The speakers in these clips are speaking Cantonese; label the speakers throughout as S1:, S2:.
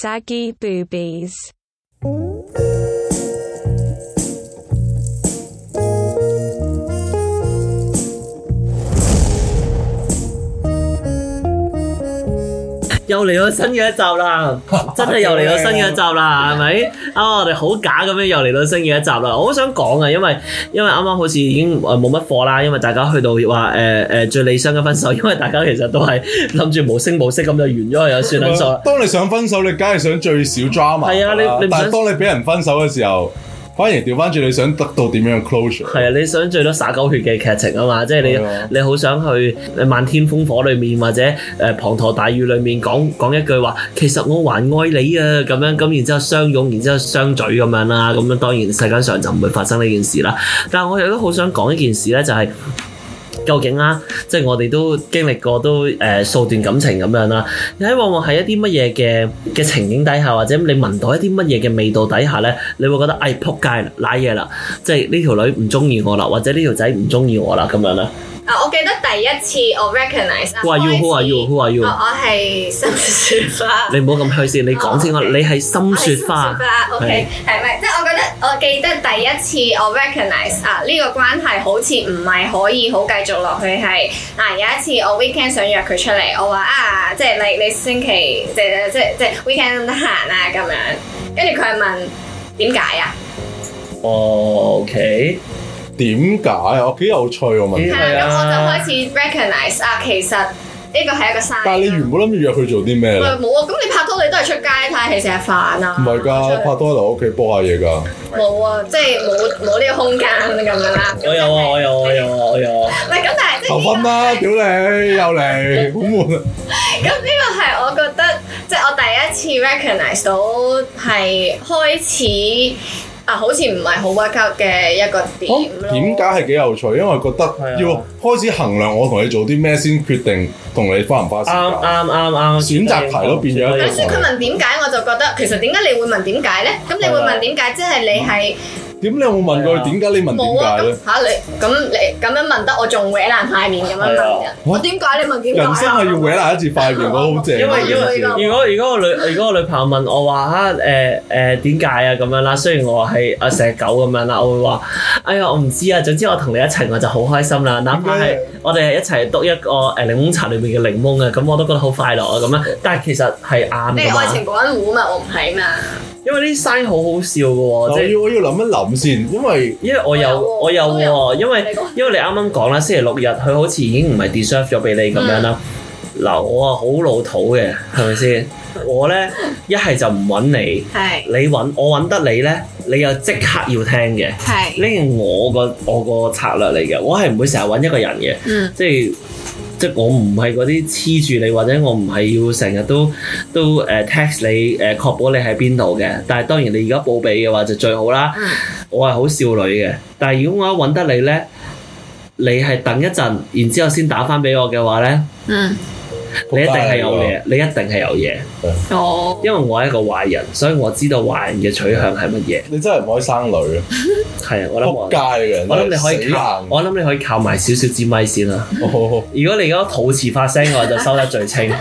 S1: saggy boobies.
S2: 又嚟到新嘅一集啦，真係又嚟到新嘅一集啦，係咪？啊，我哋好假咁樣又嚟到新嘅一集啦。我好想講啊，因為因為啱啱好似已經誒冇乜貨啦，因為大家去到話誒誒最理想嘅分手， 因為大家其實都係諗住無聲無息咁就完咗佢就算撚數啦。
S3: 啊當你想分手，你梗係想最少 drama
S2: 啊係啊你
S3: 啦
S2: 你唔想
S3: 但係當你俾人分手嘅時候，反而調翻轉，你想得到點樣嘅 closure？
S2: 係啊，你想最多灑狗血嘅劇情啊嘛，即係
S3: 係啊
S2: 你你好想去誒漫天烽火裏面或者誒滂沱大雨裏面講講一句話，其實我還愛你啊咁樣，咁然之後相擁，然之後相嘴咁樣啦，咁樣當然世界上就唔會發生呢件事啦。但係我亦都好想講一件事咧，就係、究竟啦，即係我哋都經歷過都誒、呃、數段感情咁樣啦。喺往往喺一啲乜嘢嘅嘅情景底下，或者你聞到一啲乜嘢嘅味道底下咧，你會覺得哎撲街啦，賴嘢啦，即係呢條女唔中意我啦，或者呢條仔唔中意我啦咁樣啦。
S4: 啊！我記得第一次我 recognize 啊
S2: Who are you? Who are you? Who are
S4: 我
S2: you？
S4: 哦我係心雪 花。
S2: 你唔好咁虛先，你講先我，你係深雪花
S4: 哦我係心。花，OK，係咪？即係我覺得，我記得第一次我 recognize 啊，呢個關係好似唔係可以好繼續落去係嗱，有一次我 weekend 想約佢出嚟，我話啊，即係你你星期即係即係即係 weekend 得唔得閒啊咁樣，跟住佢係問點解啊？
S2: 哦，OK，
S3: 點解啊？我幾有趣喎問題
S2: 咦。
S4: 係啊，咁我就開始 recognize 啊，其實呢個係一個 sign 啊
S3: 但係你原本諗住約佢做啲咩
S4: 喂
S3: 咧？
S4: 冇啊！咁你拍拖你都係出街睇戲食下飯啊？
S3: 唔係㗎，拍拖喺度屋企煲下嘢㗎。
S4: 冇啊，即係冇冇呢個空間咁樣啦。
S2: 我有啊，我有啊，我有啊，我有啊。
S4: 唔係咁，但係即
S3: 求
S4: 係
S3: 婚
S4: 呢
S3: 啦！屌你，又嚟， 好悶啊！
S4: 個 咁呢個係我覺得即係我第一次 recognize 到係開始啊，好似唔係好 work out 嘅一個點
S3: 哦
S4: 咯。
S3: 點解係幾有趣？因為覺得
S2: 啊
S3: 要開始衡量我同你做啲咩先決定同你花唔花時
S2: 啱
S3: 間。
S2: 啱啱啱。
S3: 選擇題都變咗一個
S4: 咁所以佢問點解，我就覺得其實點解你會問點解咧？咁你會問點解，即係你係
S3: 點你有冇問過
S2: 係啊
S3: 佢點解你問
S4: 冇
S3: 嗯點
S4: 啊？
S3: 解
S4: 咁
S3: 咧？
S4: 嚇你咁你咁樣問得我仲搿爛塊面咁樣問
S2: 係啊
S4: 人，我點解你問點解啊？
S3: 人生係要搲爛一截塊面，覺得好正。啊
S2: 因為
S4: 因為
S3: 呢件事
S2: 如果如果我女如果我女朋友問我話嚇誒誒點解啊咁樣啦，雖然我係啊成日狗咁樣啦，我會話哎呀我唔知啊，總之我同你一齊我就好開心啦，哪怕
S3: 點
S2: 係
S3: 解
S2: 我哋係一齊篤一個誒檸檬茶裏面嘅檸檬啊，咁我都覺得好快樂啊咁樣。但係其實係啱
S4: 你
S2: 㗎
S4: 係愛
S2: 嘛，
S4: 情嗰間糊嘛，我唔係嘛。
S2: 因為呢啲 sign 好好笑㗎喎，
S3: 我
S2: 即係。
S3: 要我要諗一諗先，因為
S2: 因為我有我
S4: 我
S2: 有
S4: 有喎
S2: 喎，因為
S4: 你講
S2: 因為你啱啱講啦，星期六日佢好似已經唔係 deserve 咗俾你咁樣啦。
S4: 嗯
S2: 嗱，我啊好老土嘅，係咪 先？我咧一係就唔揾你，
S4: 係
S2: 你揾我揾得你咧，你又即刻要聽嘅。
S4: 係
S2: 呢個我個我個策略嚟嘅，我係唔會成日揾一個人嘅，
S4: 嗯
S2: 即係即係我唔係嗰啲黐住你，或者我唔係要成日都都誒 text 你誒確保你喺邊度嘅。但係當然你而家報備嘅話就最好啦。
S4: 嗯
S2: 我係好少女嘅，但係如果我一揾得你呢，你係等一陣，然之後先打翻俾我嘅話呢，
S4: 嗯
S3: 啊
S2: 你一定係有嘢，你一定係有嘢，
S3: 嗯
S4: 哦
S2: 因為我係一個壞人，所以我知道壞人嘅取向係乜嘢。
S3: 你真係唔可以生女啊！
S2: 係啊，我諗
S3: 撲
S2: 我
S3: 街。嘅人，
S2: 我諗你可以
S3: 死
S2: 靠，
S3: 硬。
S2: 我諗你可以靠埋少少支咪先啦。
S3: 哦
S2: 如果你而家肚臍發聲嘅話，就收得最清。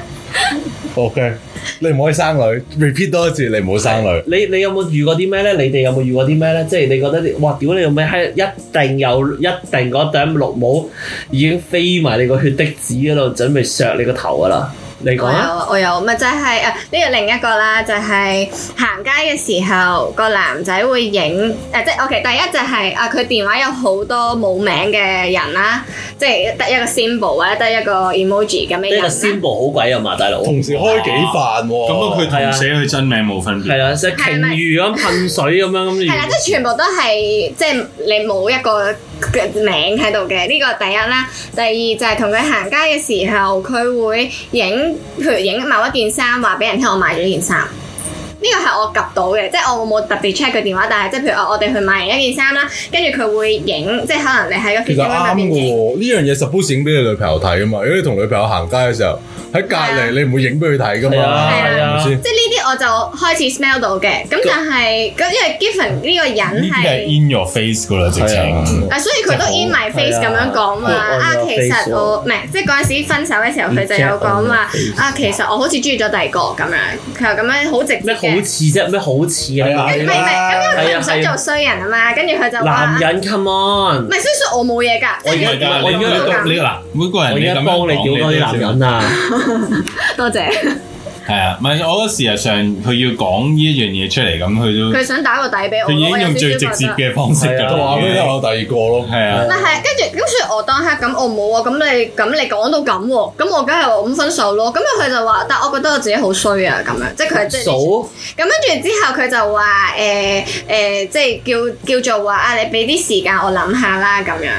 S3: ，OK，你唔可以生女，repeat 多一次，你唔好生女。
S2: 你你有冇遇過啲咩咧？你哋有冇遇過啲咩咧？即係你覺得你哇，屌你老味，閪一定有，一定嗰頂綠帽已經飛埋你個血滴子嗰度，準備削你個頭噶啦。你講
S4: 我
S2: 啊，
S4: 有我有，咪就係誒呢個另一個啦，就係、行街嘅時候個男仔會影誒、即係 OK，第一就係、啊佢電話有好多冇名嘅人啦，即係得一個 symbol 或者得一個 emoji 咁
S2: 呢
S4: 樣
S2: 個
S4: 人
S2: 先
S4: 啦。
S2: 部好鬼啊嘛，大佬。
S3: 同時開幾飯喎，
S5: 咁佢
S2: 係啊
S5: 同寫佢真名冇分別。
S2: 係啦，即係鯨魚咁噴水咁樣咁。
S4: 係啦，啊即係全部都係即係你冇一個名喺度嘅，呢、個第一啦。第二就係同佢行街嘅時候，佢會影，譬如影某一件衫，話俾人聽我買咗呢件衫。呢個係我及到嘅，即係我冇特別 check 佢電話，但係即係譬如我我哋去買完一件衫啦，跟住佢會影，即係可能你喺個 f
S3: 其
S4: i t
S3: 實
S4: i
S3: 啱
S4: 入
S3: 嘅
S4: 邊影。
S3: 喎，呢樣嘢 suppose 影俾你女朋友睇啊嘛。如果你同女朋友行街嘅時候，喺隔離，你唔會影俾佢睇噶
S2: 係啊
S3: 嘛，
S4: 係
S3: 係
S2: 啊
S3: 咪先？
S4: 即係呢啲我就開始 smell 到嘅，咁但係咁因為 Giffen 呢個人
S1: 呢啲係
S4: 係。
S1: in your face 噶啦，直
S3: 係啊
S1: 情。
S4: 啊，所以佢都 in my face 咁
S2: 係啊
S4: 樣講話
S2: 佢 on
S4: 啊，
S2: your
S4: 其實
S2: face
S4: 我唔係，即係嗰陣時分手嘅時候，佢就有講話
S2: Reject on your face
S4: 啊，其實我好似中意咗第二個咁樣，佢又咁樣好直接
S2: 咩好
S4: 嘅。
S2: 似啫？咩好似
S3: 係
S2: 啊
S3: 啊？
S4: 唔係唔係，咁因為佢唔想做衰人啊嘛，跟住佢就話啊
S2: 男人 come on！
S4: 唔係，所以所以我冇嘢㗎，即
S2: 我而家
S4: 係
S1: 我
S2: 而
S1: 而
S2: 家
S1: 家你嗱，每
S3: 啊
S1: 個人
S2: 我而
S1: 你
S2: 家
S1: 咁樣
S2: 幫你
S1: 講
S2: 屌多啲男人啊！
S4: 多謝
S1: 係啊，唔係我覺得事實上佢要講呢一樣嘢出嚟，咁佢都
S4: 佢想打個底俾我，
S1: 佢已
S4: 我有
S1: 經用最
S4: 少
S1: 直
S4: 少
S1: 接
S4: 覺得。
S1: 嘅方式㗎
S2: 係啊
S3: 就
S1: 啦
S3: 話俾你聽，
S1: 已
S3: 我有第二個咯，
S1: 係啊
S4: 唔係，跟住咁，所以我當刻咁，我冇啊。咁你咁你講到咁喎，咁我梗係話咁分手咯。咁佢就話，但我覺得我自己好衰啊，咁樣即係佢即係
S2: 數
S4: 咁跟住之後佢就話誒誒，即係叫叫做話啊，你俾啲時間我諗下啦咁樣。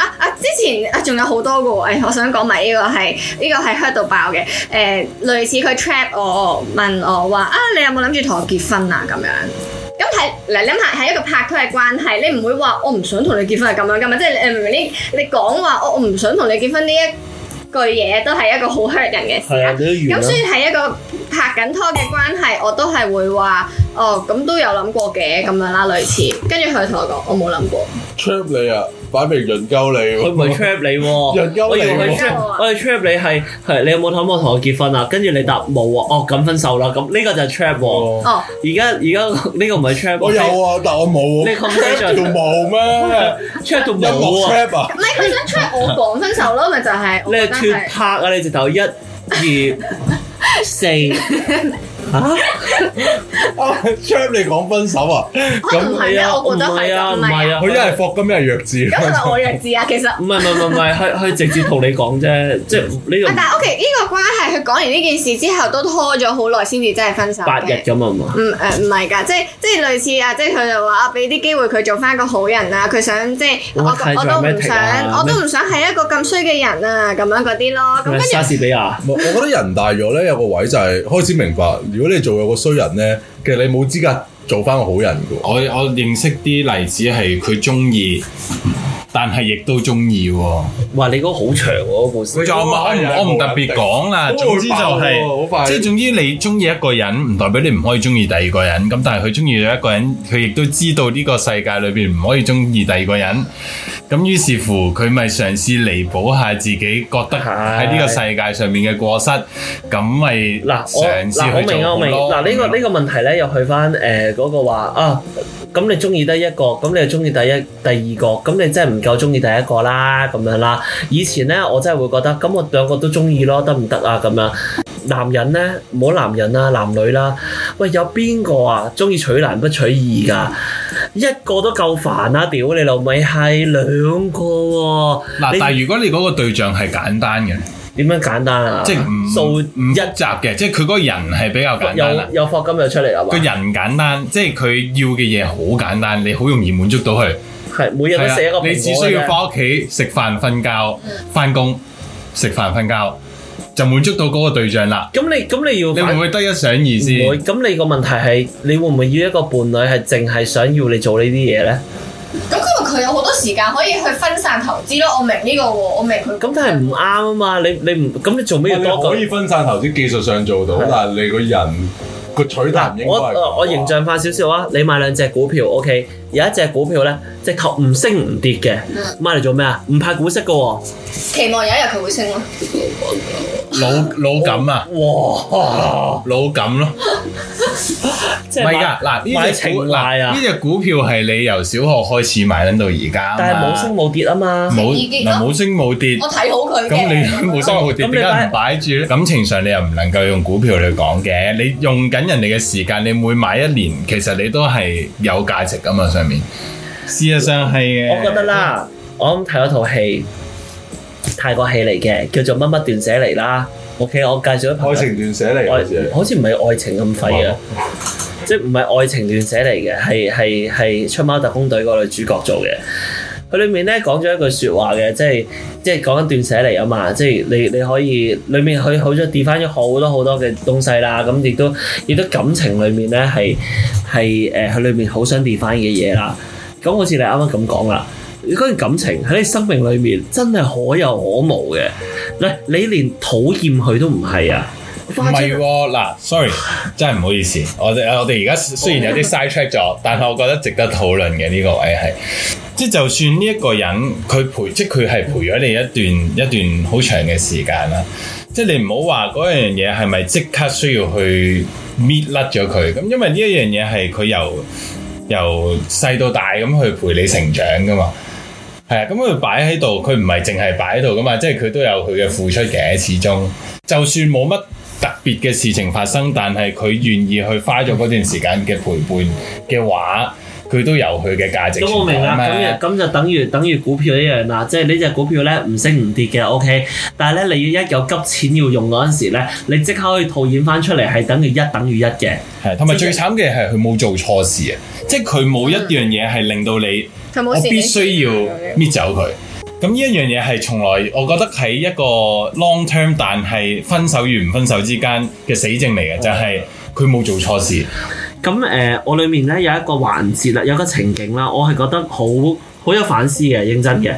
S4: 啊啊！之前啊，仲有好多嘅喎、誒我想講埋呢個係呢、個係 hurt 到爆嘅。誒、類似佢 trap 我，問我話啊，你有冇諗住同我結婚啊？咁樣咁係嗱，你諗下係一個拍拖嘅關係，你唔會話我唔想同你結婚係咁樣噶嘛？即係你明唔明呢？你講話我我唔想同你結婚呢一句嘢，都係一個好 hurt 人嘅事
S2: 係
S4: 啊
S2: 啊，！你都
S4: 咁
S2: 完啦
S4: 所。以喺一個拍緊拖嘅關係，我都係會話哦，咁都有諗過嘅咁樣啦，類似。跟住佢同我講，我冇諗過。
S3: trap 你啊，擺明潤鳩 你喎，
S2: 佢唔 係 trap 你
S3: 人
S2: 喎，
S3: 鳩
S2: 我以為
S3: 你
S2: 佢
S3: 喎
S2: trap，
S4: 人鳩啊
S2: 我哋 trap 你係係你有冇諗過同我結婚啊？跟住你答冇啊，哦咁分手啦，咁呢個就係 trap 喎。
S3: 哦
S4: 哦，
S2: 而家而家呢個唔係 trap，
S3: 我有啊，但我冇
S2: 你
S3: 喎
S2: conversation
S3: trap 條 毛咩？
S2: trap 到
S3: 音樂
S2: 冇啊，
S3: trap 啊，
S4: 唔係佢想 trap 我講分手咯，咪就係我
S2: 你係
S4: 覺得
S2: 脱
S4: 係。
S2: 拍啊！你直頭一二四 啊，
S3: 啊 trap 你講分手啊，
S4: 可能
S3: 咁
S4: 係咩？我覺得
S2: 唔係
S4: 係
S2: 啊，
S4: 咁
S2: 唔
S4: 唔係
S2: 係
S4: 啊。
S2: 啊，
S3: 佢一係霍金，一係弱智
S4: 咁。係咪我弱智啊？其實。
S2: 唔係唔係唔係，係係直接同你講啫，即係
S4: 啊
S2: 呢
S4: 但係 OK，呢個關係佢講完呢件事之後，都拖咗好耐先至真係分手
S2: 個
S4: 嘅
S2: 八日咁啊嘛，
S4: 唔誒唔係㗎，即係即係類似啊，即係佢就話啊，俾啲機會佢做翻個好人啊，佢想即係我
S2: 哇太
S4: 我都唔
S2: dramatic 啊
S4: 想，
S2: 啦
S4: 我都唔想係一個咁衰嘅人啊，咁樣嗰啲咯。咁
S2: 係咪
S4: 跟住
S2: 莎士比亞
S3: 我覺得人大咗咧，有個位就係開始明白，如果你做有個衰人咧，其實你冇資格做翻個好人噶。
S1: 我我認識啲例子係佢中意，但係亦都中意喎。
S2: 哇！你嗰個好長喎，嗰個故事
S3: 佢。就
S1: 我唔
S2: 哎
S3: 係啊
S1: 我唔特別講啦，總之就
S3: 好
S1: 係、
S3: 快
S1: 即係總之你中意一個人，唔代表你唔可以中意第二個人。咁但係佢中意咗一個人，佢亦都知道呢個世界裏邊唔可以中意第二個人。咁於是乎佢咪嘗試彌補下自己覺得喺呢個世界上面嘅過失，咁咪
S2: 嗱，我嗱
S1: 嘗試
S2: 我
S1: 去做
S2: 明啊，
S1: 好
S2: 我明。
S1: 咯
S2: 嗱呢個呢個問題咧，又去翻誒嗰個話啊，咁你中意得一個，咁你就中意第一第二個，咁你真係唔夠中意第一個啦，咁樣啦。以前咧，我真係會覺得，咁我兩個都中意咯，得唔得啊？咁樣。男人咧，唔好男人啦，男女啦，喂，有邊個啊中意取男不取義㗎？一個都夠煩啦，屌你老味，係兩個喎、
S1: 嗱，
S2: 你
S1: 但係如果你嗰個對象係簡單嘅，
S2: 點樣簡單啊？
S1: 即係唔
S2: 數
S1: 唔複雜嘅，即係佢嗰個人係比較簡單啊啦
S2: 有。有霍金就出嚟啊啦嘛
S1: 個，人簡單，即係佢要嘅嘢好簡單，你好容易滿足到佢。
S2: 係每日都
S1: 係
S2: 寫一個
S1: 啦，
S2: 蘋果
S1: 你只需
S2: 嘅
S1: 要
S2: 啫
S1: 翻屋企食飯、瞓覺、翻工、食飯、瞓覺，就滿足到嗰個對象啦。
S2: 咁你咁你要
S1: 你
S2: 反
S1: 會唔會得一想二
S2: 唔會
S1: 先？
S2: 咁你個問題係你會唔會要一個伴侶係淨係想要你做呢啲嘢咧？
S4: 咁佢佢有好多時間可以去分散投資咯，我明呢個喎，我明佢。
S2: 咁但係唔啱啊嘛！你你唔咁你做咩要多
S3: 可
S2: 個？
S3: 以分散投資，技術上做到
S2: 係，
S3: 但係你個人個取態唔應該
S2: 我
S3: 係咁
S2: 我我形象化少少啊！你買兩隻股票，OK，有一隻股票咧直頭唔升唔跌嘅，買嚟做咩啊？唔派股息嘅喎，
S4: 期望有一日佢會升咯。
S1: 老老感啊，
S2: 哇！
S1: 老感咯，
S2: 即
S1: 唔係
S2: 買
S1: 㗎。嗱，
S2: 買
S1: 呢只
S2: 情
S1: 股
S2: 懷
S1: 嗱
S2: 啊
S1: 呢，只股票係你由小學開始買緊到而家啊嘛，
S2: 但係冇升冇跌啊嘛。
S1: 冇
S4: 已經
S1: 嗱冇升冇跌。
S4: 我睇好佢嘅。
S1: 咁你冇生活點
S2: 咁你
S1: 點
S2: 擺
S1: 解唔擺住咧？感情上你又唔能夠用股票嚟講嘅，你用緊人哋嘅時間，你每買一年，其實你都係有價值噶嘛上面。事實上係嘅，
S2: 我覺得啦，我啱睇咗套戲，泰國戲嚟嘅，叫做乜乜斷捨離啦。OK，我介紹咗朋友
S3: 愛情斷捨離好似
S2: 愛
S3: 係啊
S2: 好似唔係愛情咁廢啊，即係唔係愛情亂寫嚟嘅，係係係《出貓特工隊》個女主角做嘅。佢裏面咧講咗一句説話嘅，即係即係講緊斷捨離啊嘛，即係你你可以裏面佢好咗 d 翻咗好多好多嘅東西啦，咁亦都亦都感情裏面咧係係誒佢裏面好想 d 翻嘅嘢啦。咁好似你啱啱咁講啦，嗰段感情喺你生命裏面真係可有可無嘅。你你連討厭佢都唔係啊！
S1: 唔
S2: 花
S1: 係
S2: 姐
S1: 喎，嗱，sorry，真係唔好意思，我哋我哋而家雖然有啲 side track 咗，但係我覺得值得討論嘅呢個位係，即係就算呢一個人佢陪，即係佢係陪咗你一段一段好長嘅時間啦，即係你唔好話嗰樣嘢係咪即刻需要去搣甩咗佢，咁因為呢一樣嘢係佢由由細到大咁去陪你成長噶嘛。係啊，咁佢擺喺度，佢唔係淨係擺喺度噶嘛，即係佢都有佢嘅付出嘅。始終就算冇乜特別嘅事情發生，但係佢願意去花咗嗰段時間嘅陪伴嘅話，佢都有佢嘅價值存在嘛。
S2: 咁我明啦，
S1: 啊
S2: 咁就咁就等於等於股票一樣啦，即係呢只股票咧唔升唔跌嘅，OK。但係咧，你要一有急錢要用嗰陣時咧，你即刻可以套現翻出嚟，係等於一等於一嘅。
S1: 係同埋最慘嘅係佢冇做錯事啊，即係佢冇一樣嘢係令到你。
S4: 佢冇
S1: 我
S4: 事
S1: 必須要搣走佢。咁呢一樣嘢係從來，我覺得喺一個 long term，但係分手與唔分手之間嘅死症嚟嘅，就係佢冇做錯事。
S2: 咁誒、呃我裡面咧有一個環節啦，有一個情景啦，我係覺得好好有反思嘅，認真嘅。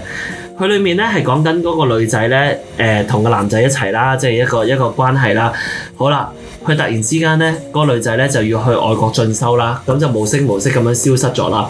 S2: 佢裡面咧係講緊嗰個女仔咧，誒、同個男仔一齊啦，即係一個一個關係啦。好啦，佢突然之間咧，嗰、個女仔咧就要去外國進修啦，咁就無聲無息咁樣消失咗啦。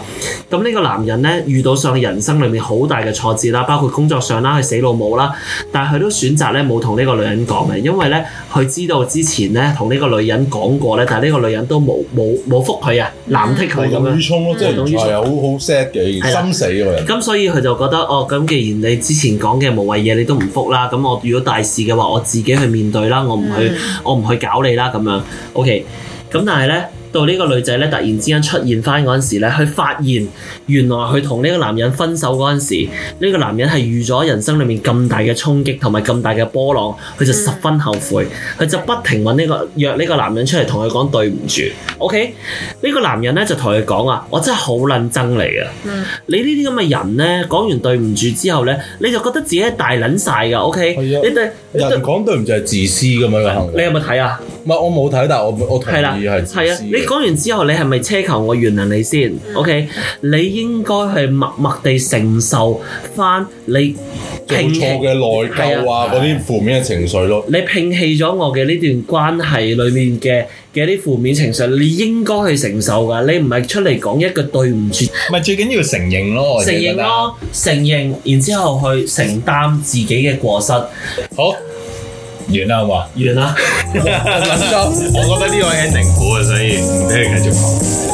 S2: 咁呢個男人咧遇到上人生裡面好大嘅挫折啦，包括工作上啦，佢死老母啦，但係佢都選擇咧冇同呢個女人講嘅，因為咧佢知道之前咧同呢個女人講過咧，但係呢個女人都冇冇冇覆佢啊，藍剔佢
S3: 無
S2: 咁
S3: 動
S2: 樣
S3: 於。衷咯，即係唔係好好 sad 嘅，
S2: 嗯係啦
S3: 心死嘅人。
S2: 咁所以佢就覺得哦，咁既然你之前講嘅無謂嘢你都唔覆啦，咁我如果大事嘅話，我自己去面對啦，我唔去、我唔去搞你啦咁樣。OK，咁但係咧。到呢個女仔咧，突然之間出現翻嗰陣時咧，佢發現原來佢同呢個男人分手嗰陣時，呢、個男人係遇咗人生裏面咁大嘅衝擊同埋咁大嘅波浪，佢就十分後悔，佢就不停揾呢、個約呢個男人出嚟同佢講對唔住。OK，呢個男人咧就同佢講啊，我真係好撚憎你啊！你呢啲咁嘅人咧，講完對唔住之後咧，你就覺得自己係大撚晒㗎。OK，
S3: 係啊
S2: 你對你對
S3: 人講對唔住係自私咁樣嘅行
S2: 你
S3: 為
S2: 有。冇睇啊？
S3: 唔係我冇睇，但係我我同
S2: 係啦，
S3: 意係自私
S2: 係啊！你
S3: 嘅。
S2: 講完之後，你係咪奢求我原諒你先？OK，你應該係默默地承受翻你
S3: 做
S2: 摒
S3: 錯
S2: 棄
S3: 嘅內疚啊，嗰啲負面嘅情緒咯。
S2: 你摒棄咗我嘅呢段關係裡面嘅嘅啲負面情緒，你應該去承受㗎。你唔係出嚟講一句對唔住，
S1: 咪最緊要承認咯，我
S2: 承
S1: 哋覺
S2: 認
S1: 得。
S2: 咯，承認，然之後去承擔自己嘅過失。完
S1: 好，完啦，好 嘛？
S2: 啦。
S1: 我覺得呢個 ending 好啊，所以唔俾你繼續講。